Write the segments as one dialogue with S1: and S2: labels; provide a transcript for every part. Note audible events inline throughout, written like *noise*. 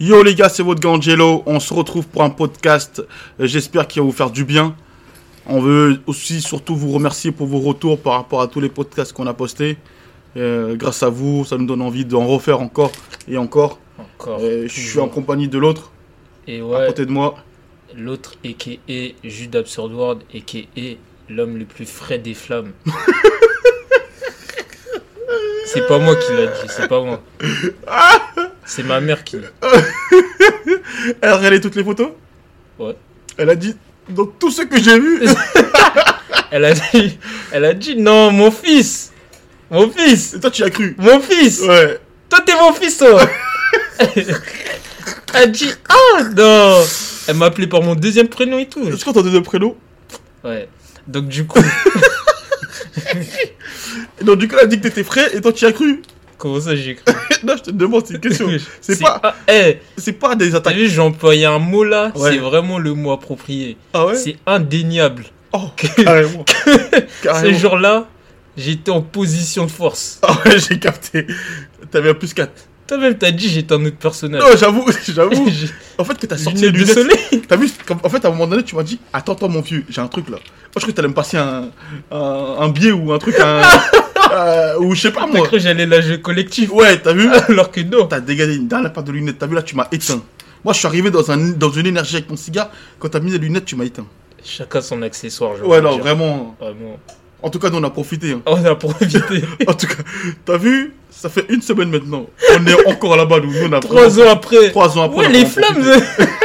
S1: Yo les gars, c'est votre Gangelo. On se retrouve pour un podcast. Euh, J'espère qu'il va vous faire du bien. On veut aussi surtout vous remercier pour vos retours par rapport à tous les podcasts qu'on a postés. Euh, grâce à vous, ça nous donne envie d'en refaire encore et encore.
S2: Encore.
S1: Euh, je suis en
S2: toujours.
S1: compagnie de l'autre,
S2: Et
S1: à
S2: ouais,
S1: côté de moi.
S2: l'autre, a.k.a. Jude Absurd World, a.k.a. l'homme le plus frais des flammes.
S1: *laughs*
S2: c'est pas moi qui l'a dit, c'est pas
S1: *laughs*
S2: moi. C'est ma mère qui.
S1: Elle a regardé toutes les photos.
S2: Ouais.
S1: Elle a dit dans tout ce que j'ai vu.
S2: Elle a dit, elle a dit non, mon fils Mon fils
S1: et toi, tu y as cru.
S2: Mon fils
S1: Ouais.
S2: Toi, t'es mon fils,
S1: *laughs*
S2: toi Elle a dit ah non Elle m'a appelé par mon deuxième prénom et tout.
S1: Est-ce qu'on t'a donné le prénom
S2: Ouais. Donc, du coup, *laughs*
S1: Et donc du coup, elle a dit que t'étais frère et toi, tu y as cru. *laughs*
S2: comment ça j'ai cru
S1: non, je te demande, c'est une
S2: *laughs*
S1: question. C'est pas,
S2: ah, eh,
S1: c'est pas des
S2: T'as
S1: attaques.
S2: vu, j'ai employé un mot là,
S1: Ouais.
S2: c'est vraiment le mot approprié.
S1: Ah ouais.
S2: C'est indéniable.
S1: Oh, *laughs* carrément.
S2: Ce
S1: carrément.
S2: jour-là, j'étais en position de force.
S1: Ah ouais, j'ai capté. T'avais un plus 4.
S2: Toi-même, t'as dit j'étais un autre personnage. *laughs*
S1: Non, j'avoue, *laughs* j'avoue.
S2: J'ai-
S1: En fait, que t'as sorti les
S2: Lunettes de
S1: lunettes.
S2: soleil.
S1: T'as vu, comme- en fait, à un moment donné, tu m'as dit Attends, toi, mon vieux, j'ai un truc là. Moi, je crois que t'allais me passer un, un, un billet ou un truc,
S2: *laughs*
S1: un. euh, ou je sais pas
S2: *laughs* T'as
S1: moi.
S2: cru que j'allais la jeu collectif *laughs*
S1: Ouais, t'as vu
S2: Alors que non.
S1: T'as dégagé une dernière paire de lunettes. T'as vu là, tu m'as éteint. Moi, je suis arrivé dans, un, dans une énergie avec mon cigare. Quand t'as mis les lunettes, tu m'as éteint.
S2: Chacun son accessoire, je
S1: Ouais,
S2: veux
S1: non,
S2: dire.
S1: vraiment.
S2: Vraiment.
S1: En tout cas, nous, on a profité. hein.
S2: Ah, On a profité.
S1: En tout cas, t'as vu Ça fait une semaine maintenant. On est encore là-bas, nous. Nous, on a
S2: Trois ans
S1: *laughs*
S2: après.
S1: Trois ans après, on
S2: Ouais,
S1: a
S2: les
S1: vraiment
S2: flammes. *laughs*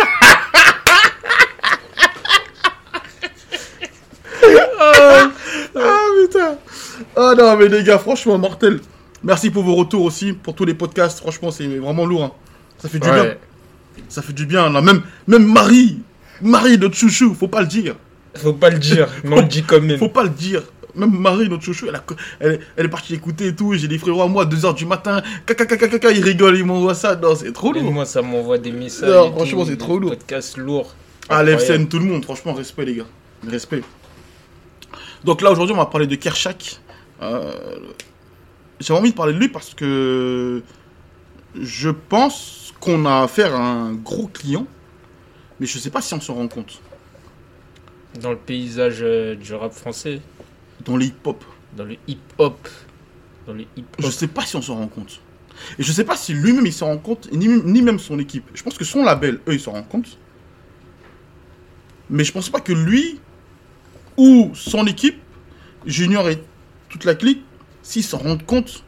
S1: Ah putain Ah non mais les gars, franchement mortel. Merci pour vos retours aussi, pour tous les podcasts. Franchement, c'est vraiment lourd. hein. Ça fait du bien.
S2: Ouais.
S1: Ça fait du bien. Là. Même, même Marie, Marie notre chouchou, faut pas le dire.
S2: Faut pas le dire, mais on le dit quand même.
S1: Faut pas le dire. Même Marie notre chouchou, elle, a- elle, est- elle est partie écouter et tout. J'ai des frérots à moi, 2h du matin. Caca, caca, caca, ils rigolent, ils m'envoient ça. Non, c'est trop
S2: Et
S1: lourd.
S2: moi, ça m'envoie des messages.
S1: Non,
S2: et
S1: franchement,
S2: tout,
S1: c'est
S2: des
S1: trop lourd. Ah,
S2: Podcasts lourds.
S1: À l'FCN,
S2: Incroyable.
S1: tout le monde, franchement, respect les gars. Respect. Donc là, aujourd'hui, on va parler de Kershak. Euh, J'ai envie de parler de lui parce que je pense qu'on a affaire à un gros client, mais je sais pas si on s'en rend compte.
S2: Dans le paysage euh, du rap français,
S1: Dans les hip-hop,
S2: dans le hip-hop, dans le
S1: je
S2: hip-hop.
S1: sais pas si on s'en rend compte. Et je sais pas si lui-même il s'en rend compte, ni, ni même son équipe. Je pense que son label, eux, ils s'en rendent compte. Mais je pense pas que lui ou son équipe, Junior et toute la clique, s'ils s'en rendent compte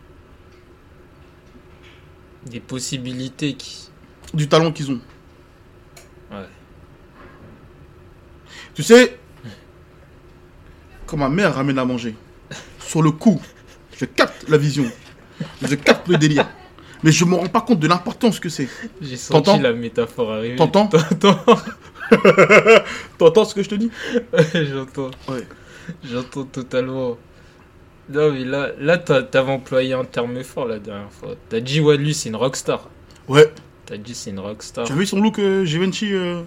S2: Des possibilités qui.
S1: du talent qu'ils ont.
S2: Ouais.
S1: Tu sais, quand ma mère ramène à manger, sur le coup, je capte la vision, je capte le délire, mais je me rends pas compte de l'importance que c'est.
S2: J'ai
S1: T'entends
S2: senti la métaphore arriver.
S1: T'entends
S2: *laughs* T'entends
S1: T'entends ce que je te dis
S2: Ouais, J'entends.
S1: Ouais.
S2: J'entends totalement. Non, mais là, là t'as- t'avais employé un terme fort la dernière fois. T'as dit, ouais, lui, c'est une rockstar.
S1: Ouais.
S2: T'as dit, c'est une rockstar.
S1: Tu as vu son look, euh, Givenchy euh,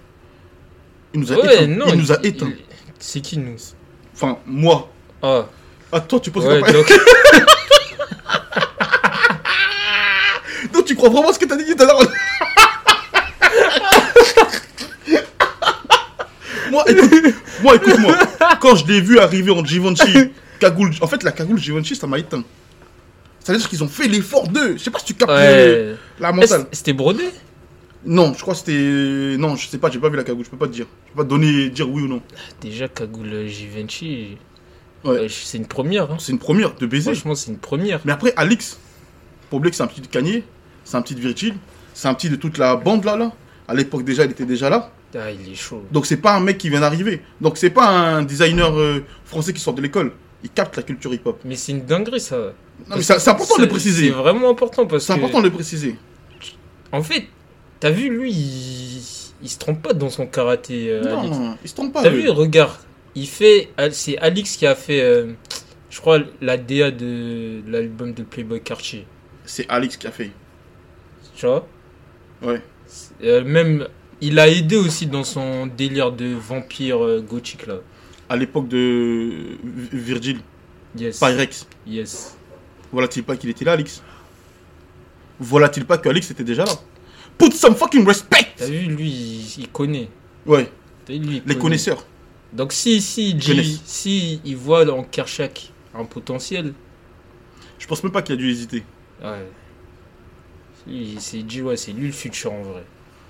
S1: Il nous a
S2: Ouais,
S1: éteint.
S2: non.
S1: il nous a
S2: il-
S1: éteint.
S2: il- C'est qui nous
S1: Enfin, moi.
S2: Ah,
S1: Ah, toi, tu penses
S2: ouais,
S1: que t'as
S2: donc.
S1: pas... *laughs* Non, tu crois vraiment ce que t'as dit tout à l'heure *laughs* Moi, écoute, moi, écoute-moi. Quand je l'ai vu arriver en Givenchy, cagoule... En fait, la cagoule Givenchy, ça m'a éteint. Ça veut dire qu'ils ont fait l'effort d'eux. Je sais pas si tu captes le-
S2: Ouais.
S1: la
S2: Eh,
S1: mentale.
S2: c- C'était brodé
S1: Non, je crois que c'était... Non, je sais pas, j'ai pas vu la cagoule, je peux pas te dire. Je peux pas te donner, dire oui ou non.
S2: Déjà, Cagoule Givenchy,
S1: Ouais.
S2: euh, c'est une première. hein.
S1: C'est une première de baiser.
S2: Franchement, c'est une première.
S1: Mais après, Alix, pour oublier que c'est un petit de Cagné, c'est un petit de Virgil, c'est un petit de toute la bande là, là. À l'époque déjà, il était déjà là.
S2: Ah, il est chaud.
S1: Donc c'est pas un mec qui vient d'arriver. Donc c'est pas un designer euh, français qui sort de l'école. il capte la culture hip-hop.
S2: Mais c'est une dinguerie ça.
S1: Non, mais c'est c'est important de le
S2: C'est- C'est
S1: préciser.
S2: vraiment important parce
S1: C'est
S2: que.
S1: important de le préciser.
S2: En fait, t'as vu, lui, il... il se trompe pas dans son karaté. euh,
S1: Non,
S2: Alix.
S1: non, ils se trompent pas.
S2: T'as
S1: eux.
S2: vu, hein. regarde, il fait. C'est Alix qui a fait, euh, je crois, la DA de l'album de Playboy Cartier.
S1: C'est Alex qui a fait.
S2: Tu vois
S1: Ouais.
S2: Euh, Même. Il a aidé aussi dans son délire de vampire euh, gothique là.
S1: À l'époque de Vi- Virgil,
S2: Yes.
S1: Pyrex.
S2: Yes.
S1: Voilà-t-il pas qu'il était là, Alex Voilà-t-il pas que Alex était déjà là Put some fucking respect
S2: T'as vu, lui, il, il connaît.
S1: Ouais,
S2: T'as vu, lui, il
S1: les
S2: connaît.
S1: connaisseurs.
S2: Donc si si G-
S1: Connaissent.
S2: si il voit en Kershak un potentiel,
S1: Je pense même pas qu'il a dû hésiter.
S2: ouais. Il s'est dit ouais c'est lui le futur en vrai.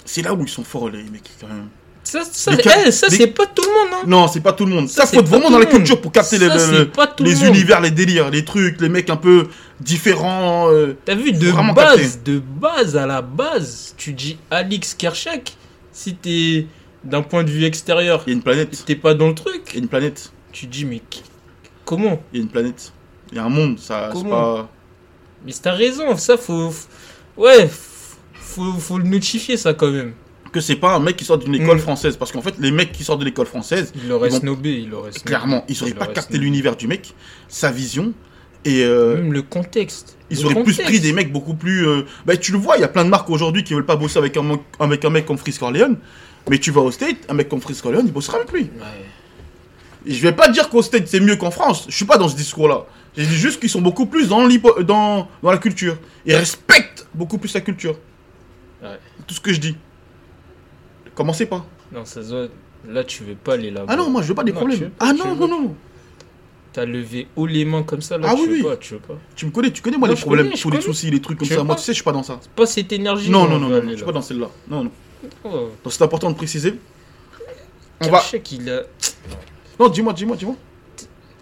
S1: C'est là où ils sont forts, les mecs, quand même.
S2: Ça ça,
S1: Mais Ker-
S2: eh, ça
S1: mais-
S2: c'est pas tout le monde hein.
S1: Non, c'est pas tout le monde. Ça,
S2: c'est
S1: faut être
S2: pas
S1: vraiment
S2: tout
S1: dans la
S2: le monde.
S1: culture pour capter les,
S2: Ça,
S1: le-
S2: c'est pas tout le
S1: les
S2: monde.
S1: univers, les délires, les trucs, les mecs un peu différents. euh,
S2: T'as vu de
S1: Vraiment
S2: base
S1: capté.
S2: de base à la base tu dis Alix Kershak si t'es d'un point de vue extérieur
S1: Il y a une planète.
S2: t'es pas dans le
S1: Il y a
S2: truc
S1: une planète.
S2: tu dis mais qui- comment
S1: Il y a une planète. Il y a un monde, ça. C'est
S2: Comment
S1: pas.
S2: mais t'as raison ça faut f- ouais f- faut faut le notifier ça quand même.
S1: Que c'est pas un mec qui sort d'une école
S2: Mm.
S1: française. Parce qu'en fait, les mecs qui sortent de l'école française,
S2: Il l'aurait
S1: Ils vont-
S2: snobé il l'aurait snobé.
S1: clairement, ils auraient pas
S2: l'aurait
S1: capté
S2: snobé.
S1: l'univers du mec, sa vision. Et euh,
S2: Même le contexte.
S1: ils
S2: Mm. Le
S1: auraient plus
S2: contexte.
S1: pris des mecs beaucoup plus. euh, bah, tu le vois, il y a plein de marques aujourd'hui qui veulent pas bosser avec un, mo- avec un mec comme Frisk Corleone. Mais tu vas au State, un mec comme Frisk Corleone, il bossera avec lui.
S2: Ouais.
S1: Et Je vais pas dire qu'au States c'est mieux qu'en France. Je suis pas dans ce discours-là. Je dis juste qu'ils sont beaucoup plus dans, l'hip- dans, dans la culture. Ils respectent beaucoup plus la culture.
S2: Ouais.
S1: Tout ce que je dis. Commencez pas.
S2: Non, ça se voit. Là, tu veux pas aller là-bas.
S1: Ah non, moi je veux pas des
S2: Non, tu
S1: problèmes.
S2: veux pas,
S1: ah
S2: tu
S1: non,
S2: veux
S1: non, non.
S2: pas. T'as levé haut les mains comme ça, là.
S1: Ah
S2: tu
S1: oui,
S2: veux
S1: oui.
S2: pas, tu veux pas.
S1: Tu me connais, tu connais moi
S2: Non,
S1: les
S2: je
S1: problèmes,
S2: connais, je
S1: tous les
S2: connais.
S1: soucis, les trucs comme
S2: Je
S1: ça.
S2: veux
S1: Moi
S2: pas.
S1: tu sais, je suis pas dans ça.
S2: Pas cette énergie.
S1: Non,
S2: là,
S1: non,
S2: on
S1: non,
S2: veut
S1: non,
S2: aller
S1: je suis
S2: là.
S1: pas dans celle-là. Non, non.
S2: Oh,
S1: Donc c'est important de préciser. On va.
S2: Kershak, il a. Tu
S1: Non, dis-moi, dis-moi, dis-moi.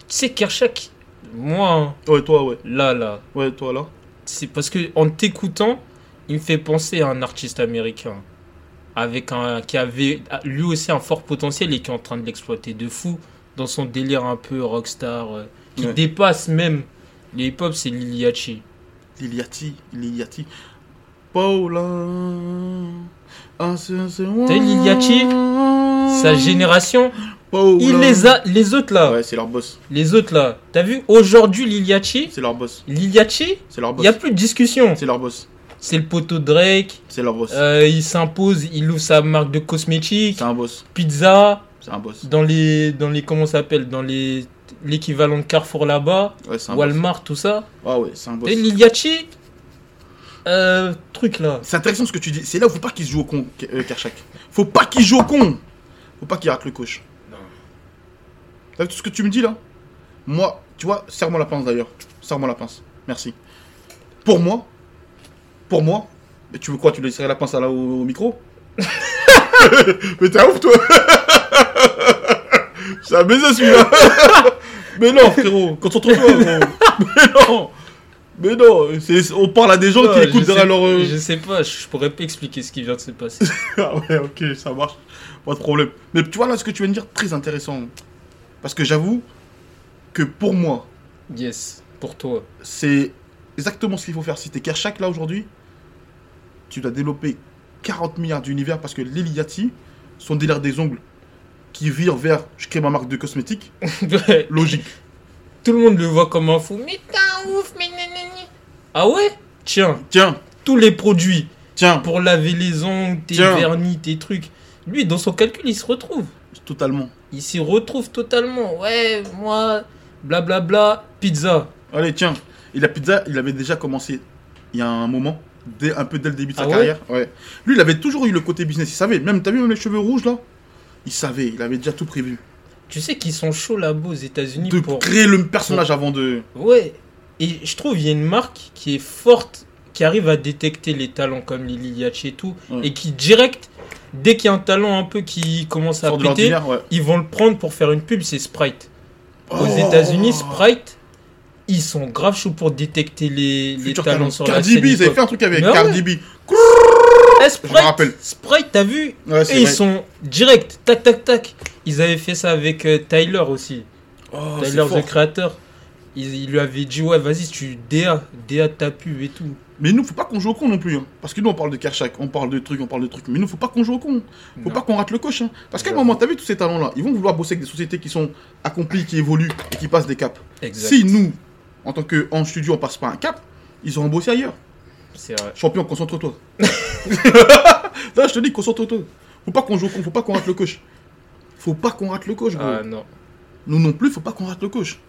S2: sais, Kershak, moi, hein,
S1: Ouais, toi, ouais.
S2: là, là,
S1: Ouais, toi là.
S2: c'est parce que en t'écoutant, il me fait penser à un artiste américain. Avec un, qui avait lui aussi un fort potentiel et qui est en train de l'exploiter de fou dans son délire un peu rockstar, euh, qui
S1: Ouais.
S2: dépasse même les hip-hop, c'est Liliachi.
S1: Liliati, Liliati. Paula. Ah, c'est c'est moi.
S2: T'as Liliati, Sa génération,
S1: Paula.
S2: il les a, les autres là,
S1: Ouais, c'est leur boss.
S2: les autres là. T'as vu aujourd'hui Liliachi,
S1: C'est leur boss.
S2: Liliachi,
S1: C'est leur boss.
S2: y a plus de discussion.
S1: C'est leur boss.
S2: C'est le poteau Drake,
S1: C'est leur boss.
S2: euh, il s'impose, il ouvre sa marque de cosmétiques,
S1: C'est un boss.
S2: pizza
S1: C'est un boss.
S2: dans les, dans les comment ça s'appelle, dans les l'équivalent de Carrefour là-bas,
S1: Ouais, c'est un boss.
S2: Walmart tout ça.
S1: Ah ouais, c'est un boss.
S2: Et Liliachi, euh, truc là.
S1: C'est intéressant ce que tu dis. C'est là où faut pas qu'il se joue au con, K- euh, Kershak. Faut pas qu'il joue au con. Faut pas qu'il rate le coche.
S2: Non.
S1: T'as vu tout ce que tu me dis là Moi, tu vois, serre-moi la pince d'ailleurs. Serre-moi la pince. Merci. Pour moi, pour moi, mais tu veux quoi Tu veux serrer la pince à là au, au micro *laughs* Mais t'es un ouf toi *laughs* C'est un baiser celui-là *laughs* Mais non frérot, concentre-toi *laughs* gros. Mais non Mais non, c'est- on parle à des gens
S2: Ah,
S1: qui
S2: je
S1: écoutent
S2: sais-
S1: derrière leur... euh,
S2: Je sais pas, je pourrais pas expliquer ce qui vient de
S1: *laughs*
S2: se passer.
S1: ah ouais, ok, ça marche. Pas de problème. Mais tu vois là ce que tu viens de dire, très intéressant. Parce que j'avoue que pour moi,
S2: yes, pour toi. *laughs*
S1: c'est exactement ce qu'il faut faire. Si t'es Kershak là aujourd'hui, tu dois développer 40 milliards d'univers parce que l'Eliati, son délire des ongles, qui vire vers je crée ma marque de cosmétiques, logique.
S2: Tout le monde le voit comme un fou. Mais t'es un ouf, mais nanani. Ah ouais Tiens,
S1: Tiens,
S2: tous les produits
S1: tiens,
S2: pour laver les ongles, tes
S1: Tiens.
S2: vernis, tes trucs. Lui, dans son calcul, il se retrouve.
S1: totalement.
S2: Il s'y retrouve totalement. Ouais, moi, blablabla, bla, pizza.
S1: Allez, tiens. Et la pizza, il avait déjà commencé il y a un moment, dès, un peu dès le début de sa
S2: Ah ouais
S1: carrière. Ouais. Lui, il avait toujours eu le côté business. Il savait. Même, t'as vu même les cheveux rouges là Il savait. Il avait déjà tout prévu.
S2: Tu sais qu'ils sont chauds là-bas aux États-Unis
S1: De
S2: pour.
S1: créer le personnage avant de.
S2: Ouais. Et je trouve il y a une marque qui est forte, qui arrive à détecter les talents comme Lily Yachty et tout,
S1: Ouais.
S2: et qui direct, dès qu'il y a un talent un peu qui commence à
S1: Sort de
S2: péter,
S1: l'ordinaire, ouais.
S2: ils vont le prendre pour faire une pub, c'est Sprite. Aux
S1: Oh.
S2: États-Unis, Sprite, ils sont grave chauds pour détecter les, les
S1: Futur
S2: talents
S1: talent.
S2: sur
S1: Cardi
S2: la
S1: B,
S2: scène.
S1: ils avaient
S2: hip-hop.
S1: fait un truc avec
S2: Mais ouais.
S1: Cardi B.
S2: Eh,
S1: me
S2: Sprite,
S1: rappelle.
S2: Sprite, t'as vu
S1: Ouais,
S2: Et
S1: c'est
S2: ils
S1: vrai.
S2: sont direct, tac tac tac. Ils avaient fait ça avec euh, Tyler aussi,
S1: Oh, c'est
S2: Tyler
S1: fort.
S2: the créateur. Ils, ils lui avaient dit, ouais, vas-y, tu DA, DA ta pub et tout.
S1: Mais nous, faut pas qu'on joue au con non plus. hein. Parce que nous, on parle de Kershak, on parle de trucs, on parle de trucs. Mais nous, faut pas qu'on joue au con. Faut
S2: Non.
S1: pas qu'on rate le coche. hein. Parce qu'à un moment, t'as vu tous ces talents-là. Ils vont vouloir bosser avec des sociétés qui sont accomplies, qui évoluent et qui passent des caps.
S2: Exact.
S1: Si nous, en tant que en studio, on passe pas un cap, ils auront bossé ailleurs.
S2: C'est vrai.
S1: Champion,
S2: *laughs*
S1: concentre-toi. Là, je te dis, concentre-toi. Faut pas qu'on joue au con, faut pas qu'on rate le coche. Faut pas qu'on rate le coche, gros.
S2: Ah non.
S1: Nous non plus, faut pas qu'on rate le coche.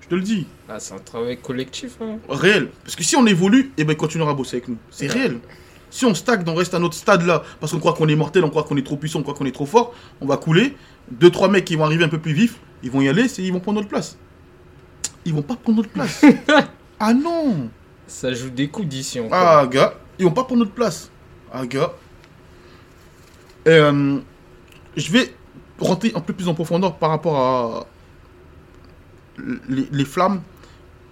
S1: Je te le dis.
S2: Ah, c'est un travail collectif. Hein.
S1: réel. Parce que si on évolue, eh ben, il continuera à bosser avec nous. C'est
S2: Ouais.
S1: réel. Si on stagne, on reste à notre stade là, parce qu'on croit qu'on est mortel, on croit qu'on est trop puissant, on croit qu'on est trop fort, on va couler. Deux, trois mecs qui vont arriver un peu plus vifs, ils vont y aller, c'est- ils vont prendre notre place. Ils vont pas prendre notre
S2: *laughs*
S1: place. ah non
S2: Ça joue des coups d'ici encore.
S1: Ah gars, ils vont pas prendre notre place. Ah gars. Et, euh, je vais rentrer un peu plus en profondeur par rapport à les, les flammes.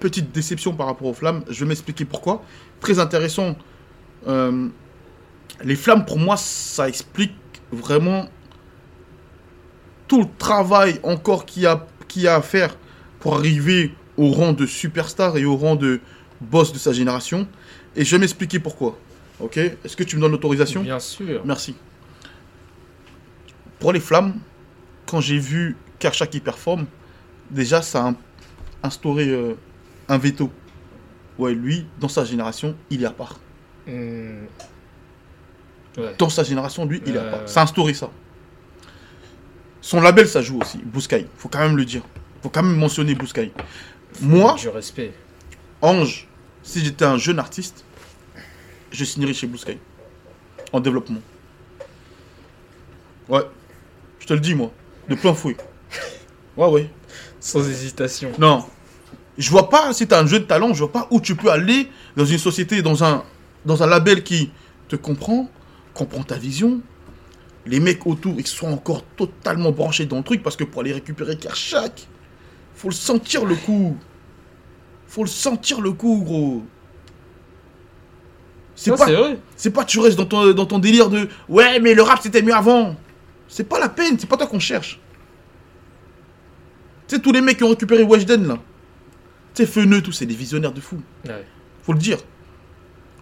S1: Petite déception par rapport aux flammes. Je vais m'expliquer pourquoi. Très intéressant. Euh, les flammes, pour moi, ça explique vraiment tout le travail encore qu'il y a, qu'il y a à faire pour arriver au rang de superstar et au rang de boss de sa génération. Et je vais m'expliquer pourquoi. Ok Est-ce que tu me donnes l'autorisation
S2: Bien sûr.
S1: Merci. Pour les flammes, quand j'ai vu Karcha qui performe, déjà ça a in- instauré euh, un veto. Ouais, lui, dans sa génération, il est à part.
S2: Hmm. Ouais.
S1: Dans sa génération, lui, il est à
S2: Ouais,
S1: part.
S2: ouais.
S1: Ça a instauré ça. Son label, ça joue aussi. Blue Sky. Faut quand même le dire. Faut quand même mentionner Blue Sky. Moi,
S2: Du respect.
S1: Ange, si j'étais un jeune artiste, je signerais chez Blue Sky. En développement. Ouais. Je te le dis, moi. De plein fouet. Ouais, ouais.
S2: Sans hésitation.
S1: Non. Je vois pas, si t'es un jeu de talent, je vois pas où tu peux aller dans une société, dans un, dans un label qui te comprend, comprend ta vision. Les mecs autour, ils sont encore totalement branchés dans le truc parce que pour aller récupérer Karchak, faut le sentir le coup. Faut le sentir le coup, gros. C'est
S2: Non,
S1: pas,
S2: C'est vrai.
S1: c'est pas tu restes dans ton, dans ton délire de ouais, mais le rap c'était mieux avant. C'est pas la peine, c'est pas toi qu'on cherche. Tu sais, tous les mecs qui ont récupéré Weshden là. Tu sais, Feneux, tout, c'est des visionnaires de fou.
S2: Ouais.
S1: Faut le dire.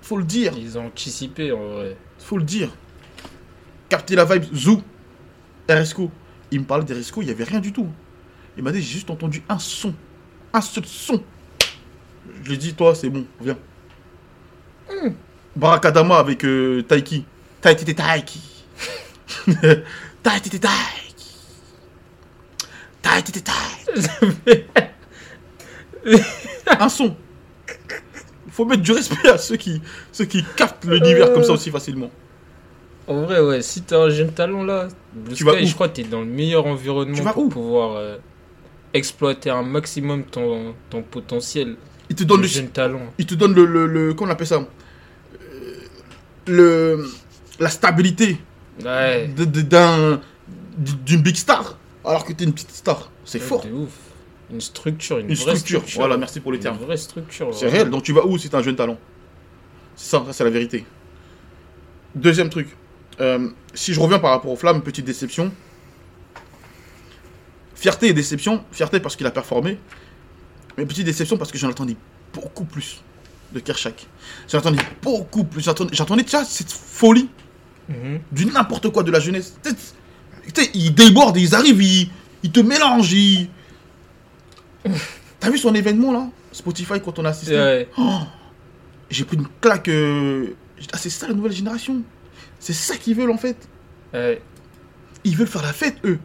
S1: Faut le dire.
S2: Ils ont anticipé en vrai.
S1: Faut le dire. Capter la vibe, Zou, RSCO. Il me parlait d'RSCO, il n'y avait rien du tout. Il m'a dit, j'ai juste entendu un son. Un seul son. Je lui ai dit, toi, c'est bon, viens. Barakadama avec euh, Taiki. Taiki, t'es Taiki. *laughs* Taiki, t'es Taiki. Taiki, t'es Taiki. Un son. Faut mettre du respect à ceux qui, ceux qui captent l'univers comme ça aussi facilement.
S2: En vrai, ouais, si t'as un jeune talent là, Blue
S1: Tu vas où
S2: Sky, je crois que t'es dans le meilleur environnement
S1: Tu vas
S2: pour
S1: où
S2: pouvoir euh, exploiter un maximum ton, ton potentiel.
S1: Il te donne
S2: de
S1: le,
S2: jeune talent.
S1: il te donne le, le, le- comment on appelle ça euh, le la stabilité
S2: Ouais.
S1: de- de- d'un d'une big star alors que t'es une petite star c'est fort
S2: De ouf. Une structure, une,
S1: une
S2: vraie
S1: structure. voilà merci pour les
S2: Une
S1: termes
S2: vraie structure.
S1: c'est
S2: ouais.
S1: réel donc tu vas où si t'es un jeune talent c'est ça ça, c'est la vérité deuxième truc euh, si je reviens par rapport aux flammes petite déception fierté et déception fierté parce qu'il a performé mais petite déception parce que j'en attendais beaucoup plus de Kershak. J'en attendais beaucoup plus. J'attendais, j'attendais, tu vois, cette folie
S2: Mhm.
S1: du n'importe quoi de la jeunesse. Tu sais, tu sais, ils débordent, ils arrivent, ils, ils te mélangent. ils- T'as vu son événement là Spotify quand on a assisté
S2: Ouais.
S1: J'ai pris une claque. euh, j'ai dit, Ah, c'est ça la nouvelle génération. C'est ça qu'ils veulent en fait.
S2: Ouais.
S1: Ils veulent faire la fête, eux.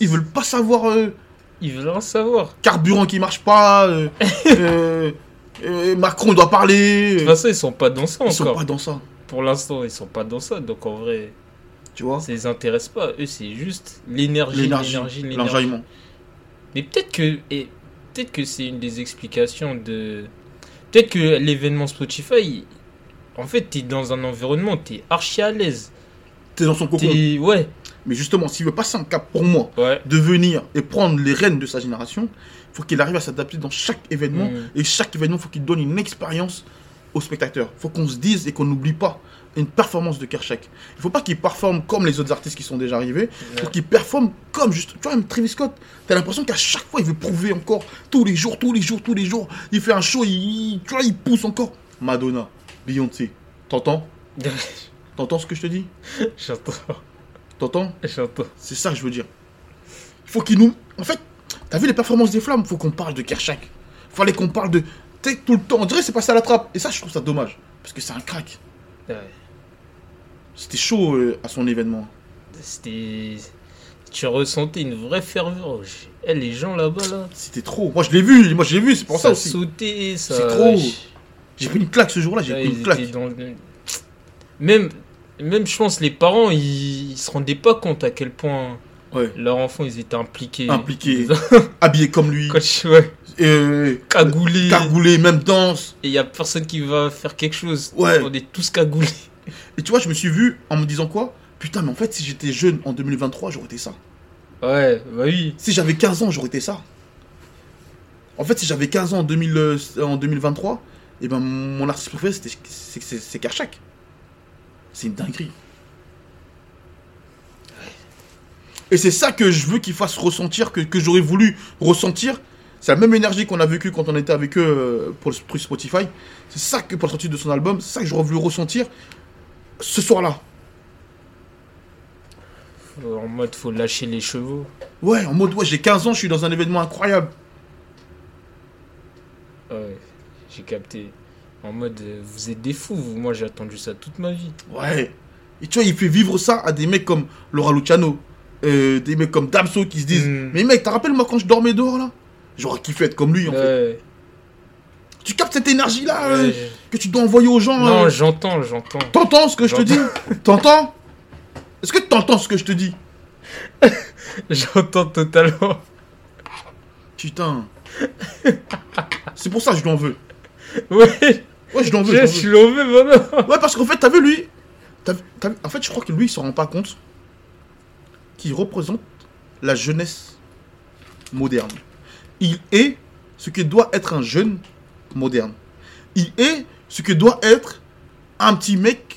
S1: Ils veulent pas savoir. euh,
S2: Ils veulent en savoir.
S1: carburant qui marche pas,
S2: *laughs*
S1: euh, euh, euh, Macron doit parler.
S2: De toute façon, ils sont pas dans ça
S1: ils sont
S2: encore.
S1: pas dans ça,
S2: Pour l'instant, ils sont pas dans ça. Donc en vrai,
S1: tu vois.
S2: ça les intéresse pas. Eux, c'est juste l'énergie,
S1: L'énergie,
S2: l'énergie, l'énergie.
S1: l'enjaillement.
S2: Mais peut-être que, et peut-être que c'est une des explications de. Peut-être que l'événement Spotify, il- en fait, t'es dans un environnement, t'es archi à l'aise.
S1: T'es dans son cocon.
S2: T'es. Ouais,
S1: Mais justement, s'il veut passer un cap pour moi, *laughs*
S2: ouais. *laughs*
S1: de venir et prendre les rênes de sa génération, faut qu'il arrive à s'adapter dans chaque événement.
S2: Mm.
S1: Et chaque événement, faut qu'il donne une expérience aux spectateurs. faut qu'on se dise et qu'on n'oublie pas une performance de Kershak. Il faut pas qu'il performe comme les autres artistes qui sont déjà arrivés, il faut qu'il performe comme juste. Tu vois, même Travis Scott, tu as l'impression qu'à chaque fois, il veut prouver encore, tous les jours, tous les jours, tous les jours. Il fait un show, il, tu vois, il pousse encore. Madonna, Beyoncé, t'entends T'entends ce que je te dis
S2: J'entends,
S1: T'entends
S2: j'entends.
S1: C'est ça que je veux dire. Il faut qu'il nous. En fait, t'as vu les performances des flammes Faut qu'on parle de Kershak. Fallait qu'on parle de. Tu sais, tout le temps. On dirait que c'est passé à la trappe. Et ça, je trouve ça dommage. Parce que c'est un crack.
S2: Ouais.
S1: C'était chaud euh, à son événement.
S2: C'était. Tu ressentais une vraie ferveur. Je- Eh, les gens là-bas, là.
S1: C'était trop. Moi, je l'ai vu. Moi, je l'ai vu. C'est pour ça,
S2: ça
S1: aussi.
S2: sautait, ça.
S1: C'est trop. J'ai pris une claque ce jour-là. J'ai
S2: Ouais,
S1: pris
S2: ils
S1: une claque.
S2: étaient dans le- Même, même je pense, les parents, ils, ils se rendaient pas compte à quel point
S1: Ouais.
S2: leurs enfants, ils étaient impliqués.
S1: Impliqués.
S2: *laughs* Ils-
S1: Habillé comme lui.
S2: Quand je- ouais,
S1: Euh,
S2: cagoulés.
S1: Cagoulé, même danse.
S2: Et il y a personne qui va faire quelque chose.
S1: Ouais.
S2: On est tous cagoulés.
S1: Et tu vois, je me suis vu en me disant quoi Putain, mais en fait, si j'étais jeune en 2023, j'aurais été ça.
S2: Ouais, bah oui.
S1: Si j'avais 15 ans, j'aurais été ça. En fait, si j'avais 15 ans en, 2000, euh, en 2023, et ben mon artiste préféré, c'était c'est- c'est c'est Karchak. C'est une dinguerie. Et c'est ça que je veux qu'ils fassent ressentir, que, que j'aurais voulu ressentir. C'est la même énergie qu'on a vécue quand on était avec eux euh, pour le truc Spotify. C'est ça que pour le sortie de son album, c'est ça que j'aurais voulu ressentir ce soir-là.
S2: En mode, faut lâcher les chevaux.
S1: Ouais, en mode, ouais, j'ai 15 ans, je suis dans un événement incroyable.
S2: Ouais, j'ai capté. En mode, euh, vous êtes des fous, vous. Moi, j'ai attendu ça toute ma vie.
S1: Ouais. Et tu vois, il fait vivre ça à des mecs comme Laura Luciano, euh, des mecs comme Damso qui se disent
S2: Mm.
S1: Mais mec, t'as rappelé moi quand je dormais dehors là J'aurais kiffé être comme lui en fait.
S2: Ouais.
S1: Tu captes cette énergie là euh,
S2: Ouais.
S1: que tu dois envoyer aux gens.
S2: Non,
S1: euh.
S2: j'entends, j'entends.
S1: T'entends ce que je te dis
S2: J'entends. *laughs*
S1: T'entends Est-ce que t'entends ce que je te dis
S2: J'entends totalement. *laughs*
S1: Putain. C'est pour ça que je lui en veux.
S2: Ouais,
S1: Ouais, je lui en veux. je lui
S2: je
S1: en
S2: suis
S1: veux.
S2: l'envie maintenant.
S1: Ah Ouais, parce qu'en fait, t'as vu lui t'as- t'as- En fait, je crois que lui, il s'en rend pas compte qu'il représente la jeunesse moderne. Il est ce que doit être un jeune moderne. Il est ce que doit être un petit mec.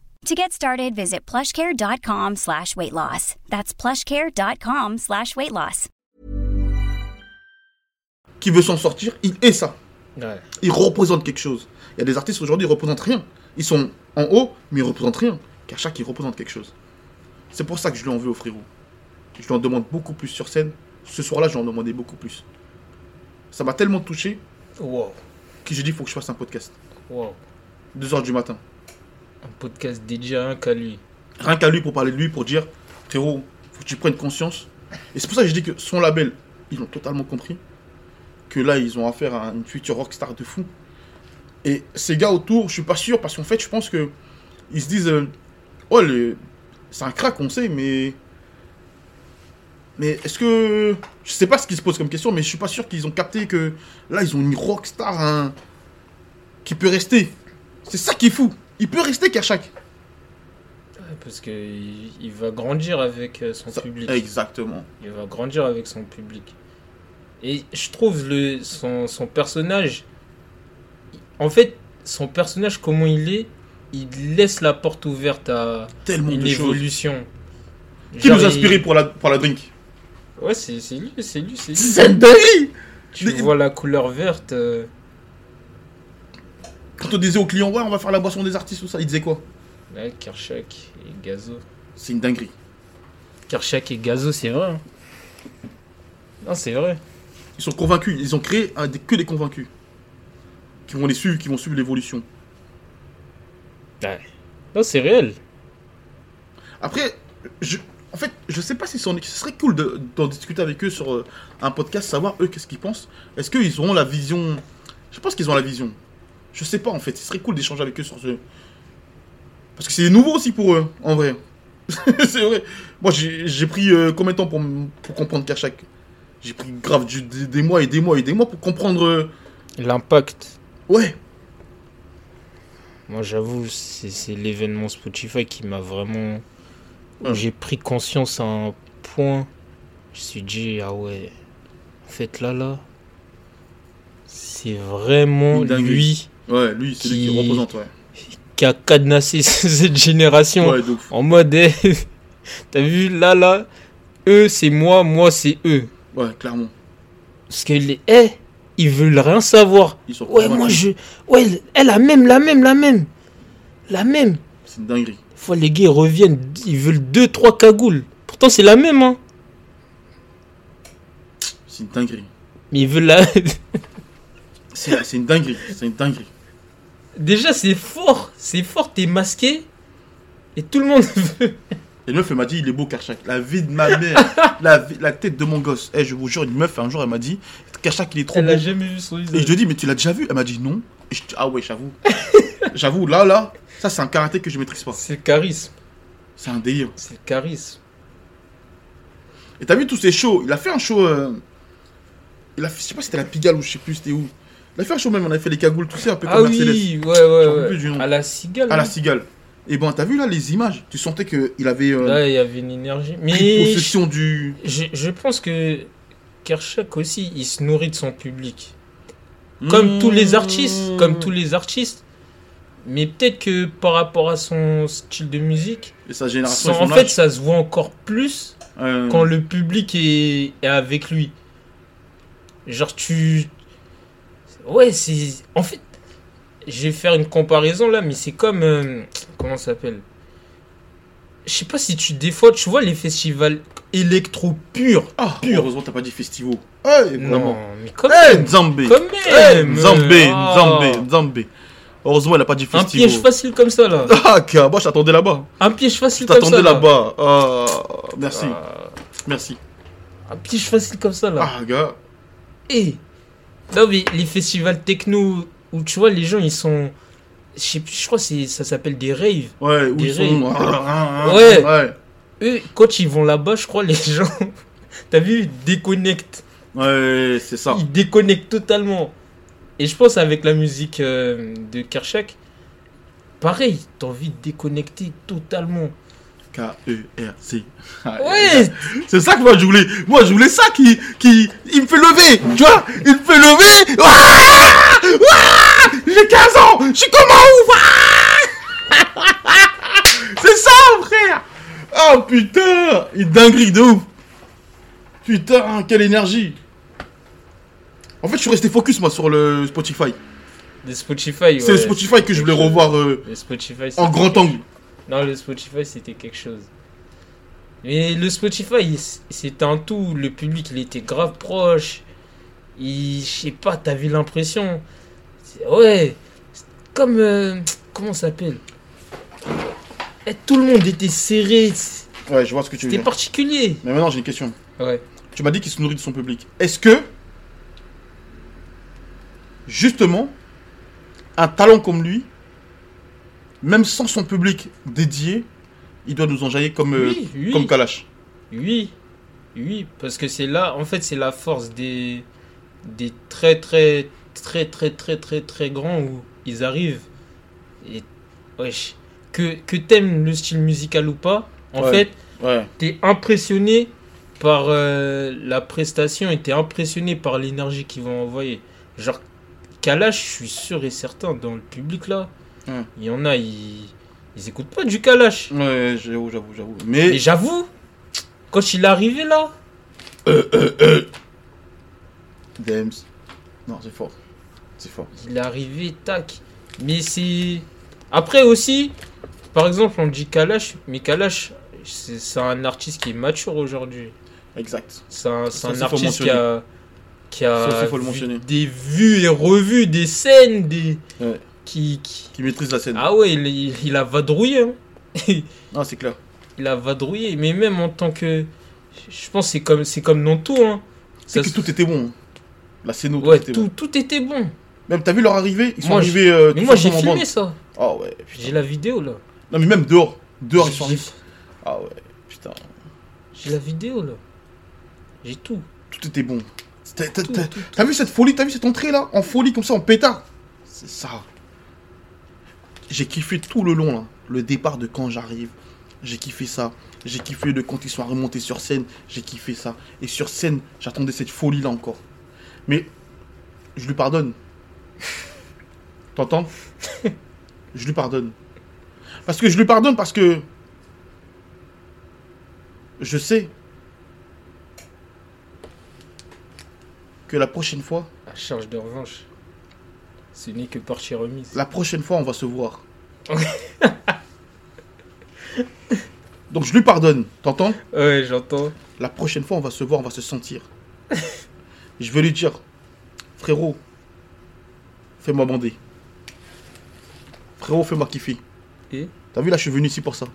S3: To get started, visit plushcare.com slash weight loss. That's plushcare.com slash weight loss.
S1: qui veut s'en sortir, il est ça.
S2: Ouais.
S1: Il représente quelque chose. Il y a des artistes aujourd'hui, ils représentent rien. Ils sont en haut, mais ils représentent rien. Car chaque, il représente quelque chose. C'est pour ça que je lui en veux au frérot. Je lui en demande beaucoup plus sur scène. Ce soir-là, je lui en demandais beaucoup plus. Ça m'a tellement touché
S2: Wow,
S1: que j'ai dit, il faut que je fasse un podcast.
S2: wow.
S1: 2h du matin.
S2: Un podcast dédié à un qu'à lui.
S1: Rien qu'à lui pour parler de lui, pour dire, frérot, faut que tu prennes conscience. Et c'est pour ça que je dis que son label, ils l'ont totalement compris. Que là, ils ont affaire à une future rockstar de fou. Et ces gars autour, je suis pas sûr, parce qu'en fait, je pense que ils se disent, euh, oh, le- c'est un crack, on sait, mais. Mais est-ce que. Je sais pas ce qu'ils se posent comme question, mais je suis pas sûr qu'ils ont capté que là, ils ont une rockstar hein, qui peut rester. C'est ça qui est fou. Il peut rester Kershak.
S2: Ouais, Parce que il, il va grandir avec euh, son
S1: Ça-
S2: public.
S1: Exactement.
S2: Il va grandir avec son public. Et je trouve le, son, son personnage. En fait, son personnage, comment il est, il laisse la porte ouverte à
S1: Tellement
S2: une
S1: de choses.
S2: évolution.
S1: Qui
S2: Genre,
S1: nous a
S2: il-
S1: inspiré pour la, pour la drink
S2: Ouais, c'est c'est lui, c'est lui, c'est lui.
S1: C'est une dinguerie
S2: Tu
S1: Mais-
S2: vois la couleur verte. euh,
S1: Quand on disait aux clients, ouais, on va faire la boisson des artistes, tout ça, ils disaient quoi
S2: Ouais, Kershak et Gazo.
S1: C'est une dinguerie.
S2: Kershak et Gazo, c'est vrai. hein. Non, c'est vrai.
S1: Ils sont convaincus. Ils ont créé un- des- que des convaincus. Qui vont les suivre, qui vont suivre l'évolution.
S2: Ouais. Non, c'est réel.
S1: Après, je, en fait, je sais pas si sont- ce serait cool de- d'en discuter avec eux sur euh, un podcast, savoir eux qu'est-ce qu'ils pensent. Est-ce qu'ils auront la vision Je pense qu'ils ont la vision. Je sais pas en fait. Ce serait cool d'échanger avec eux sur ce. Parce que c'est nouveau aussi pour eux, en vrai. *laughs* c'est vrai. Moi, j'ai j'ai pris euh, combien de temps pour, m- pour comprendre Kershak J'ai pris grave du- des, des mois et des mois et des mois pour comprendre. euh,
S2: L'impact.
S1: Ouais,
S2: Moi, j'avoue, c'est c'est l'événement Spotify qui m'a vraiment.
S1: Ouais.
S2: J'ai pris conscience à un point. Je me suis dit, ah ouais, en fait, là, là, c'est vraiment
S1: Une dinguerie.
S2: lui
S1: ouais, lui, c'est lui qui
S2: Qui-
S1: représente, ouais.
S2: qui a cadenassé *laughs* cette génération.
S1: Ouais, de ouf.
S2: En mode, eh, *laughs* t'as vu, là, là, eux, c'est moi, moi, c'est eux.
S1: Ouais, clairement.
S2: Parce que les, eh, ils veulent rien savoir.
S1: Ils sont
S2: Ouais,
S1: convaincus.
S2: moi, je. Ouais, elle, la même, la même, la même. La même.
S1: C'est une dinguerie.
S2: Fois les gars ils reviennent, ils veulent deux, trois cagoules. Pourtant c'est la même hein.
S1: C'est une dinguerie.
S2: Mais ils veulent la. *laughs*
S1: C'est c'est une dinguerie, c'est une dinguerie.
S2: Déjà c'est fort, c'est fort, t'es masqué. Et tout le monde *laughs* veut.
S1: Et une meuf, elle m'a dit, il est beau Karchak. La vie de ma mère, *laughs* la, vie- la tête de mon gosse. Eh, je vous jure, une meuf, un jour, elle m'a dit, Karchak, il est trop
S2: Elle
S1: beau.
S2: a
S1: Et
S2: jamais vu son
S1: je
S2: visage.
S1: lui ai dit, mais tu l'as déjà vu Elle m'a dit, non. Et je dis, ah ouais, j'avoue. j'avoue, là, là, ça, c'est un karaté que je maîtrise pas.
S2: C'est le charisme,
S1: C'est un délire.
S2: c'est le charisme.
S1: Et t'as vu tous ces shows Il a fait un show. euh, Il a fait, je sais pas si c'était la Pigalle ou je sais plus, c'était où. Il a fait un show même, on avait fait les cagoules, tout ça, un peu
S2: Ah
S1: comme Mercedes.
S2: oui, ouais, ouais,
S1: J'en peux
S2: ouais.
S1: plus du nom.
S2: À la cigale.
S1: À la
S2: hein.
S1: cigale. Et ben, t'as vu là les images Tu sentais qu'il avait euh,
S2: Là il y avait une énergie.
S1: pris
S2: Mais
S1: possession du.
S2: je, je pense que Kershak aussi, il se nourrit de son public.
S1: Hmm.
S2: Comme tous
S1: Mm.
S2: les artistes, comme tous les artistes. Mais peut-être que par rapport à son style de musique,
S1: Et sa génération.
S2: Ça,
S1: et son
S2: en fait,
S1: âge,
S2: ça se voit encore plus
S1: euh,
S2: quand le public est, est avec lui. Genre, tu. Ouais, c'est. En fait, je vais faire une comparaison là, mais c'est comme. euh, Comment ça s'appelle Je sais pas si tu. Des fois, tu vois les festivals électro purs.
S1: Ah, pur. Heureusement, t'as pas dit festival. Eh,
S2: Non,
S1: vraiment.
S2: mais quand
S1: Eh,
S2: même.
S1: Nzambé.
S2: Quand
S1: Eh,
S2: même.
S1: Nzambé,
S2: Ah.
S1: Nzambé, Nzambé. Heureusement, elle a pas dit
S2: Un
S1: festival.
S2: piège facile comme ça là.
S1: Ah, car, moi, je t'attendais là-bas.
S2: Un piège
S1: Je
S2: facile comme ça.
S1: t'attendais
S2: là. Ah.
S1: là-bas. Ah, merci, merci.
S2: Un piège facile comme ça là.
S1: Ah, gars.
S2: Eh Non mais les festivals techno où tu vois les gens ils sont je sais plus, je crois que c'est ça s'appelle des raves.
S1: Ouais, où ils
S2: Guéret.
S1: sont. Ah, ah, ah,
S2: Ouais.
S1: Ouais.
S2: Eux quand ils vont là-bas, je crois *laughs* les gens t'as vu ils déconnectent,
S1: Ouais, c'est ça.
S2: ils déconnectent totalement. Et je pense avec la musique euh, de Kershak pareil, t'as envie de déconnecter totalement.
S1: E K-E-R-C.
S2: Ouais,
S1: C'est ça que moi je voulais. Moi je voulais ça qui. qui il me fait lever. Tu vois Il me fait lever. Ah Ah J'ai 15 ans. Je suis comme un ouf. Ah C'est ça, frère. Oh putain. Il dinguerie de ouf. Putain, quelle énergie. En fait, je suis resté focus moi sur le Spotify.
S2: des Spotify.
S1: C'est le
S2: ouais.
S1: Spotify que je voulais revoir euh,
S2: Le Spotify
S1: en
S2: c'était-
S1: grand angle.
S2: Non, le Spotify, c'était quelque chose. Mais le Spotify, il- c'était un tout. Le public, il était grave proche. Il, je sais pas, t'avais l'impression. C'est- Ouais, c'est comme. euh, comment ça s'appelle Eh, Tout le monde était serré. c'est-
S1: Ouais, je vois ce que tu veux
S2: C'était
S1: dire.
S2: particulier.
S1: Mais maintenant, j'ai une question.
S2: Ouais.
S1: Tu m'as dit qu'il se nourrit de son public. Est-ce que, justement, un talent comme lui, même sans son public dédié, il doit nous enjailler comme, euh,
S2: Oui, oui.
S1: comme Kalash
S2: Oui, oui, parce que c'est là, en fait, c'est la force des, des très, très, très, très, très, très, très grands où ils arrivent. Et, wesh, que, que t'aimes le style musical ou pas, en
S1: Ouais.
S2: fait,
S1: Ouais,
S2: t'es impressionné par euh, la prestation et t'es impressionné par l'énergie qu'ils vont envoyer. Genre, Kalash, je suis sûr et certain, dans le public là,
S1: Ouais.
S2: il y en a, ils, ils écoutent pas du Kalash.
S1: ouais j'avoue, j'avoue, j'avoue.
S2: Et
S1: Mais
S2: j'avoue, quand il est arrivé là,
S1: Dems. Non, c'est fort. C'est fort.
S2: Il est arrivé, tac. Mais c'est. Après aussi, Par exemple, on dit Kalash, mais Kalash, c'est c'est un artiste qui est mature aujourd'hui.
S1: Exact.
S2: C'est un, c'est
S1: Ça
S2: un
S1: aussi, faut
S2: artiste qui
S1: mentionner.
S2: a, qui
S1: Ça
S2: a
S1: aussi, faut le
S2: vu-
S1: mentionner.
S2: des vues et revues, des scènes, des
S1: Ouais.
S2: qui, qui-
S1: Qui maîtrise la scène.
S2: Ah ouais, il, il- il a vadrouillé. hein.
S1: Non, c'est clair.
S2: il a vadrouillé, mais même en tant que... Je pense que c'est comme, c'est comme Nanto. Hein.
S1: C'est
S2: Ça
S1: que
S2: se-
S1: tout était bon. hein. La scène,
S2: ouais,
S1: tout était
S2: tout,
S1: bon.
S2: tout était bon.
S1: Même, t'as vu leur arrivée Ils sont
S2: Moi, j'ai-
S1: arrivés. euh,
S2: Mais
S1: tous
S2: moi j'ai
S1: ensemble en bande.
S2: filmé ça.
S1: Ah ouais, putain.
S2: J'ai la vidéo là.
S1: Non, mais même dehors. Dehors, ils sont
S2: J'ai-
S1: arrivés. Ah ouais, putain.
S2: J'ai la vidéo là. J'ai tout.
S1: Tout était bon. T'as- t'as-
S2: Tout,
S1: t'as-
S2: tout,
S1: T'as vu cette folie T'as vu cette entrée là En folie, comme ça, en pétard C'est ça. J'ai kiffé tout le long là. Le départ de quand j'arrive. J'ai kiffé ça. J'ai kiffé de quand ils sont remontés sur scène. J'ai kiffé ça. Et sur scène, j'attendais cette folie là encore. Mais je lui
S2: *laughs*
S1: pardonne. T'entends Je lui pardonne. Parce que je lui pardonne parce que. Je sais que la prochaine fois,
S2: La charge de revanche. Ce n'est que partie remise.
S1: La prochaine fois, on va se voir. Donc je lui pardonne, t'entends
S2: Ouais, j'entends.
S1: La prochaine fois, on va se voir, on va se sentir. Je vais lui dire, frérot, fais-moi bander. Frérot, fais-moi kiffer.
S2: Et
S1: T'as vu, là, je suis venu ici pour ça.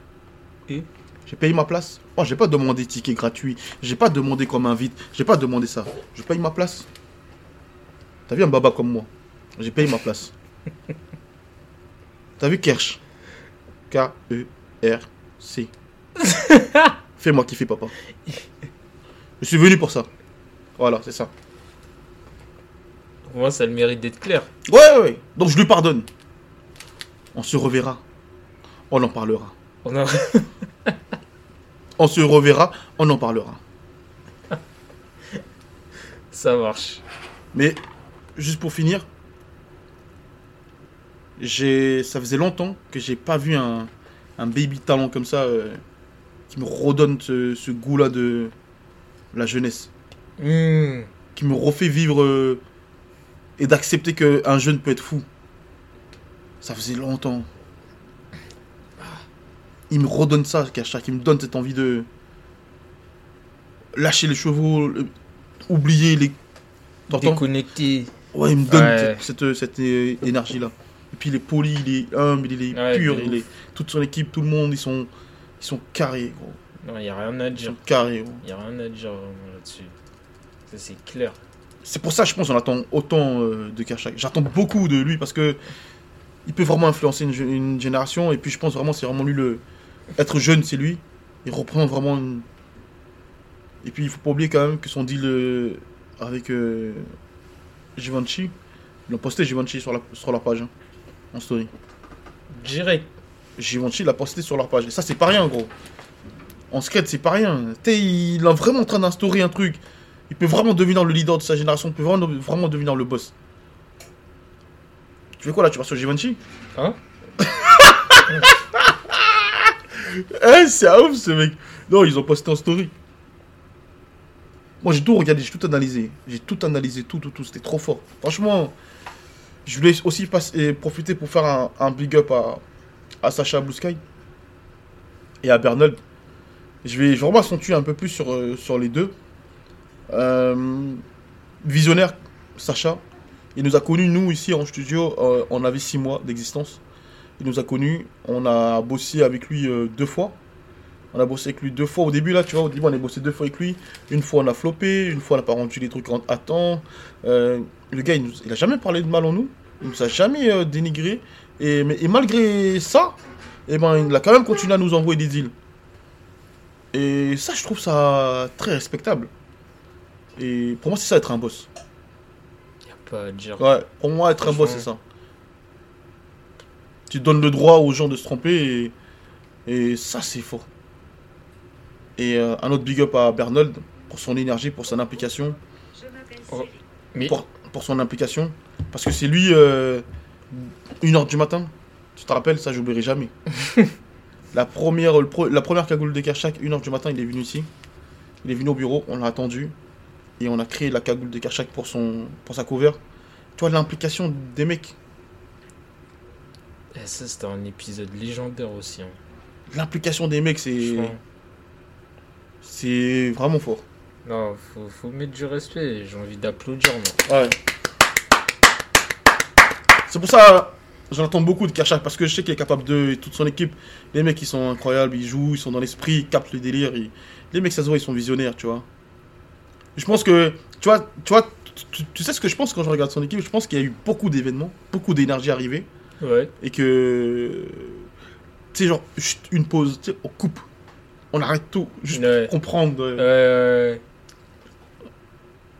S2: Et
S1: J'ai payé ma place. Oh, j'ai pas demandé ticket gratuit. J'ai pas demandé comme invite. J'ai pas demandé ça. Je paye ma place. T'as vu un baba comme moi J'ai payé ma place. T'as vu Kersh K-E-R-C. Fais-moi kiffer, papa. Je suis venu pour ça. Voilà, c'est ça.
S2: Pour moi, ça a le mérite d'être clair.
S1: Ouais, ouais, ouais. Donc je lui pardonne. On se reverra. On en parlera.
S2: On a... *laughs*
S1: On se reverra. On en parlera.
S2: ça marche.
S1: Mais juste pour finir, j'ai, ça faisait longtemps que j'ai pas vu un, un baby talent comme ça euh, qui me redonne ce, ce goût-là de la jeunesse,
S2: Hmm.
S1: qui me refait vivre euh, et d'accepter qu'un jeune peut être fou. Ça faisait longtemps. Ah. Il me redonne ça, Kershak. Il me donne cette envie de lâcher les chevaux, le- oublier les. T'entends
S2: Déconnecté.
S1: Ouais, il me donne
S2: Ouais.
S1: cette, cette- cette, euh, énergie-là. Et puis il est poli, il est humble, il est
S2: Ouais,
S1: pur,
S2: de
S1: il
S2: ouf.
S1: est... toute son équipe, tout le monde, ils sont, ils sont carrés, gros.
S2: Non, y a rien à
S1: Ils sont
S2: dire.
S1: carrés, gros.
S2: Y a rien à dire vraiment là-dessus. Ça, c'est clair.
S1: C'est pour ça, je pense, on attend autant euh, de Kershak. J'attends beaucoup de lui parce que il peut vraiment influencer une, gé- une génération. Et puis je pense vraiment, c'est vraiment lui le. Être jeune, c'est lui. Il reprend vraiment une. Et puis il faut pas oublier quand même que son deal euh, avec euh, Givenchy, ils l'ont posté Givenchy sur, la, sur leur page, hein, en story.
S2: Direct.
S1: Givenchy l'a posté sur leur page. Et ça, c'est pas rien, gros. En skate, c'est pas rien. T'es, il est vraiment en train d'instaurer un truc. Il peut vraiment devenir le leader de sa génération. Il peut vraiment, vraiment devenir le boss. Tu fais quoi là Tu vas sur Givenchy
S2: Hein
S1: Eh, c'est un ouf ce mec. Non, ils ont posté en story. Moi, j'ai tout regardé, j'ai tout analysé. J'ai tout analysé, tout, tout, tout. C'était trop fort. Franchement, je voulais aussi passer- profiter pour faire un, un big up à, à Sacha Blue Sky et à Bernold. Je vais, je vais vraiment accentuer un peu plus sur, euh, sur les deux. Euh, visionnaire, Sacha, il nous a connus, nous, ici en studio, euh, on avait six mois d'existence. Il nous a connus, on a bossé avec lui euh, deux fois. On a bossé avec lui deux fois au début, là, tu vois, au début, on a bossé deux fois avec lui. Une fois, on a flopé, une fois, on a pas rendu les trucs en- à temps. Euh, le gars, il, nous, il a jamais parlé de mal en nous, il nous a jamais euh, dénigré. Et, mais, et malgré ça, eh ben, il a quand même continué à nous envoyer des deals. Et ça, je trouve ça très respectable. Et pour moi, c'est ça être un boss.
S2: Y a pas à dire.
S1: Ouais, pour moi, être un boss, c'est ça. Tu donnes le droit aux gens de se tromper et, et ça, c'est fort. Et euh, un autre big up à Bernold pour son énergie, pour son implication.
S2: Mais
S1: Pour, pour son implication. Parce que c'est lui, euh, une heure du matin. Tu te rappelles, ça, j'oublierai jamais. la, première, le pro- la première cagoule de Kershak, une heure du matin, il est venu ici. Il est venu au bureau, on l'a attendu. Et on a créé la cagoule de Kershak pour, son, pour sa cover. Tu vois l'implication des mecs.
S2: Eh, ça, c'était un épisode légendaire aussi. hein.
S1: L'implication des mecs, c'est
S2: Franchement.
S1: c'est vraiment fort.
S2: Non, faut, faut mettre du respect. J'ai envie d'applaudir. moi.
S1: Ouais. C'est pour ça, j'en attends beaucoup de Kershak parce que je sais qu'il est capable de. Toute son équipe, les mecs ils sont incroyables, ils jouent, ils sont dans l'esprit, ils captent le délire. ils- Les mecs, ça se voit, ils sont visionnaires, tu vois. Je pense que. Tu vois, tu, vois tu, tu- tu sais ce que je pense quand je regarde son équipe Je pense qu'il y a eu beaucoup d'événements, beaucoup d'énergie arrivée
S2: Ouais.
S1: et que. Tu sais, genre, chut, une pause, tu sais, on coupe. On arrête tout, juste pour
S2: Ouais.
S1: comprendre. euh,
S2: Euh,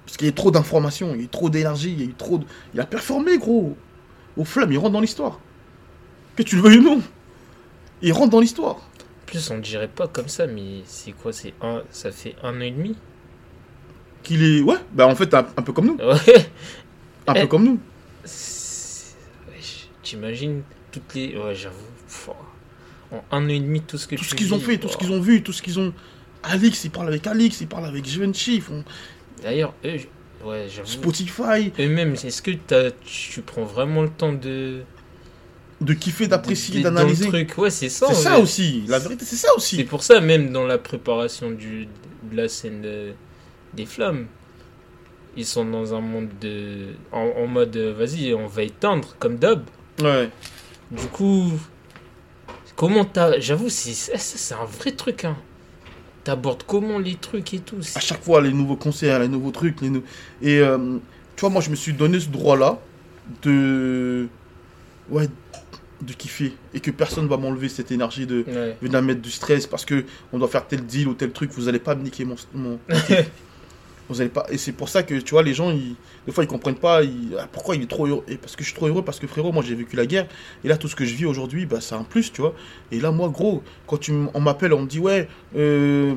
S1: Parce qu'il y a eu trop d'informations, il y a eu trop d'énergie, il y a eu trop de... Il a performé, gros. Au flamme, il rentre dans l'histoire. Que tu le veuilles ou non. Il rentre dans l'histoire.
S2: en plus, on dirait pas comme ça, mais c'est quoi C'est un, ça fait un an et demi. *laughs*
S1: Qu'il est... Ouais, bah en fait, un, un peu comme nous.
S2: Ouais.
S1: Un peu
S2: Eh.
S1: comme nous.
S2: C'est- wesh, T'imagines toutes les. Ouais, j'avoue. Pff, En un an et demi, tout ce que oh.
S1: Tout ce qu'ils ont fait, tout ce qu'ils ont vu, tout ce qu'ils ont... Alix, il parle avec Alix, il parle avec Givenchy, ils font
S2: D'ailleurs, eux, je- ouais, j'avoue.
S1: Spotify,
S2: Eux-mêmes, est-ce que t'as- tu prends vraiment le temps de.
S1: de kiffer, d'apprécier,
S2: d'être dans le
S1: d'analyser.
S2: truc Ouais, c'est ça.
S1: C'est
S2: en
S1: ça
S2: vrai.
S1: aussi, la vérité, c'est ça
S2: C'est
S1: aussi.
S2: pour ça, même dans la préparation du, de la scène de- des flammes, ils sont dans un monde de. En, en mode, euh, vas-y, on va éteindre, comme d'hab.
S1: Ouais.
S2: Du coup, comment t'as. J'avoue, c'est- ça, ça, c'est un vrai truc, hein. T'abordes comment les trucs et tout.
S1: à
S2: c'est-
S1: chaque fois les nouveaux concerts, les nouveaux trucs, les nou- et euh, tu vois moi je me suis donné ce droit là de ouais de kiffer et que personne va m'enlever cette énergie de
S2: Ouais.
S1: venir mettre du stress parce que on doit faire tel deal ou tel truc, vous allez pas me niquer mon, mon- vous allez pas et c'est pour ça que tu vois les gens ils des fois ils comprennent pas ils- ah, pourquoi il est trop heureux et parce que je suis trop heureux parce que frérot moi j'ai vécu la guerre et là tout ce que je vis aujourd'hui bah c'est un plus tu vois et là moi gros quand tu m- on m'appelle on me dit ouais euh,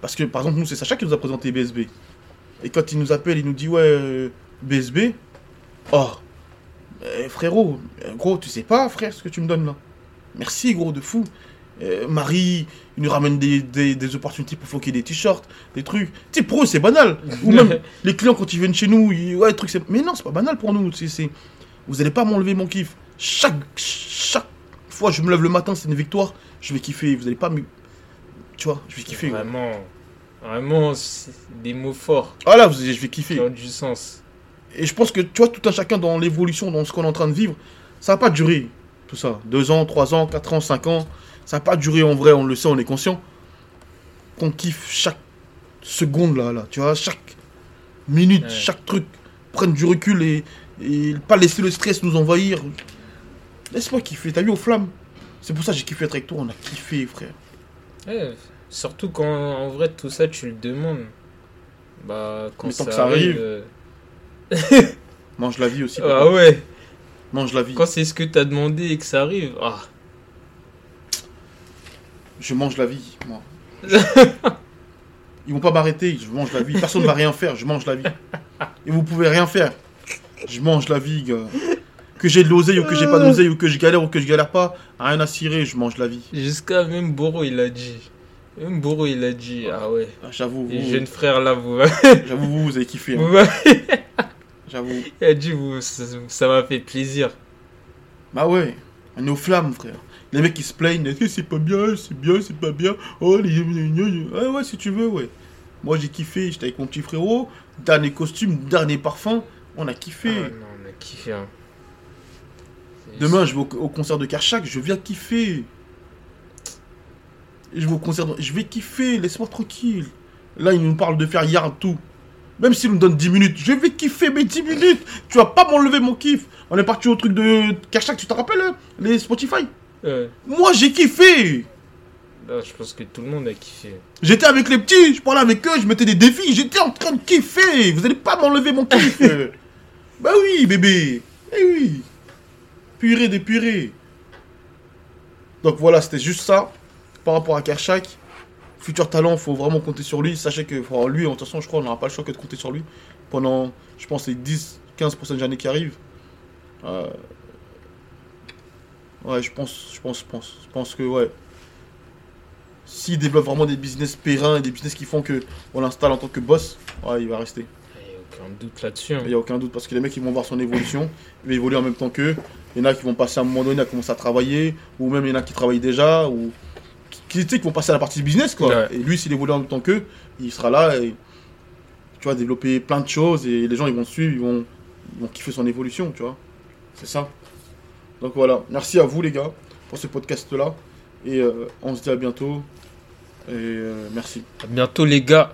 S1: parce que par exemple nous c'est Sacha qui nous a présenté BSB et quand il nous appelle il nous dit ouais euh, BSB oh eh, frérot euh, gros tu sais pas frère ce que tu me donnes là merci gros de fou euh, Marie, il nous ramène des, des, des opportunités pour floquer des t-shirts, des trucs. Tu sais, pour eux, c'est banal. Ou même les clients, quand ils viennent chez nous, ils- ouais, le truc, c'est. Mais non, c'est pas banal pour nous. c'est c'est- Vous allez pas m'enlever mon kiff. Chaque, chaque fois que je me lève le matin, c'est une victoire. Je vais kiffer. Vous allez pas me. Tu vois, je vais kiffer. gros.
S2: Vraiment, vraiment, c'est des mots forts
S1: Ah là, vous- je vais kiffer.
S2: qui ont du sens.
S1: Et je pense que, tu vois, tout un chacun dans l'évolution, dans ce qu'on est en train de vivre, ça va pas durer, tout ça. Deux ans, trois ans, quatre ans, cinq ans, ça va pas durer en vrai, on le sait, on est conscient. Qu'on kiffe chaque seconde là, là, tu vois, chaque minute,
S2: Ouais.
S1: chaque truc. Prendre du recul et, et pas laisser le stress nous envahir. Laisse-moi kiffer, t'as vu aux flammes C'est pour ça que j'ai kiffé être avec toi, on a kiffé, frère.
S2: Ouais, surtout quand, en vrai, tout ça, tu le demandes. Bah, quand
S1: Mais tant
S2: ça,
S1: que ça arrive,
S2: arrive euh,
S1: Mange la vie aussi,
S2: Ah
S1: papa.
S2: ouais!
S1: mange la vie.
S2: Quand c'est ce que t'as demandé et que ça arrive, ah,
S1: Je mange la vie, moi. Ils vont pas m'arrêter, je mange la vie. Personne va rien faire, je mange la vie. Et vous pouvez rien faire. Je mange la vie, gars. Que j'ai de l'oseille ou que j'ai pas d'oseille ou que je galère ou que je galère pas, rien à cirer, je mange la vie.
S2: jusqu'à même Boro il a dit. Même Boro il a dit, ah ouais.
S1: Ah, J'avoue,
S2: Les
S1: vous-
S2: jeunes frères
S1: *laughs*
S2: là, vous, vous,
S1: j'avoue, vous, vous avez kiffé. hein. J'avoue.
S2: il a dit, vous, Eh, ça ça m'a fait plaisir.
S1: Bah ouais, on est aux flammes, frère. Les mecs qui se plaignent, Eh, c'est pas bien, c'est bien, c'est pas bien. Oh, les. Ouais, ouais, si tu veux, ouais. Moi j'ai kiffé, j'étais avec mon petit frérot. Dernier costume, dernier parfum, on a
S2: Ah
S1: kiffé.
S2: ouais, non, on a kiffé. hein.
S1: Demain, je vais au, au concert de Karchak, je viens kiffer. Et Je vais au concert, de- je vais kiffer, laisse-moi tranquille. Là, il nous parle de faire yard tout. Même s'il nous donne 10 minutes, je vais kiffer mes 10 minutes. Tu vas pas m'enlever mon kiff. On est parti au truc de Karchak, tu te rappelles hein Les Spotify
S2: Ouais.
S1: Moi, j'ai kiffé.
S2: Non, Bah, je pense que tout le monde a kiffé.
S1: J'étais avec les petits, je parlais avec eux, je mettais des défis, j'étais en train de kiffer. Vous allez pas m'enlever mon kiff. euh. bah oui, bébé. Eh oui. Purée des purées. Donc voilà, c'était juste ça par rapport à Kershak. Futur talent, faut vraiment compter sur lui. Sachez que enfin, lui, de toute façon, je crois, on n'aura pas le choix que de compter sur lui pendant, je pense, les 10, 15 prochaines années qui arrivent. Euh, Ouais, je pense, je pense, je pense. Je pense que, ouais. S'il développe vraiment des business pérennes et des business qui font que on l'installe en tant que boss, ouais, il va rester.
S2: Et au aucun doute là-dessus. hein.
S1: Il n'y a aucun doute parce que les mecs ils vont voir son évolution, il va évoluer en même temps qu'eux. Il y en a qui vont passer à un moment donné à commencer à travailler, ou même il y en a qui travaillent déjà, ou qui, tu sais, qui vont passer à la partie business quoi.
S2: Ouais.
S1: Et lui s'il évolue en même temps qu'eux, il sera là et tu vas développer plein de choses et les gens ils vont suivre, ils vont, ils vont kiffer son évolution, tu vois. C'est ça. Donc voilà, merci à vous les gars pour ce podcast là. Et euh, on se dit à bientôt. Et euh, merci.
S2: À bientôt les gars.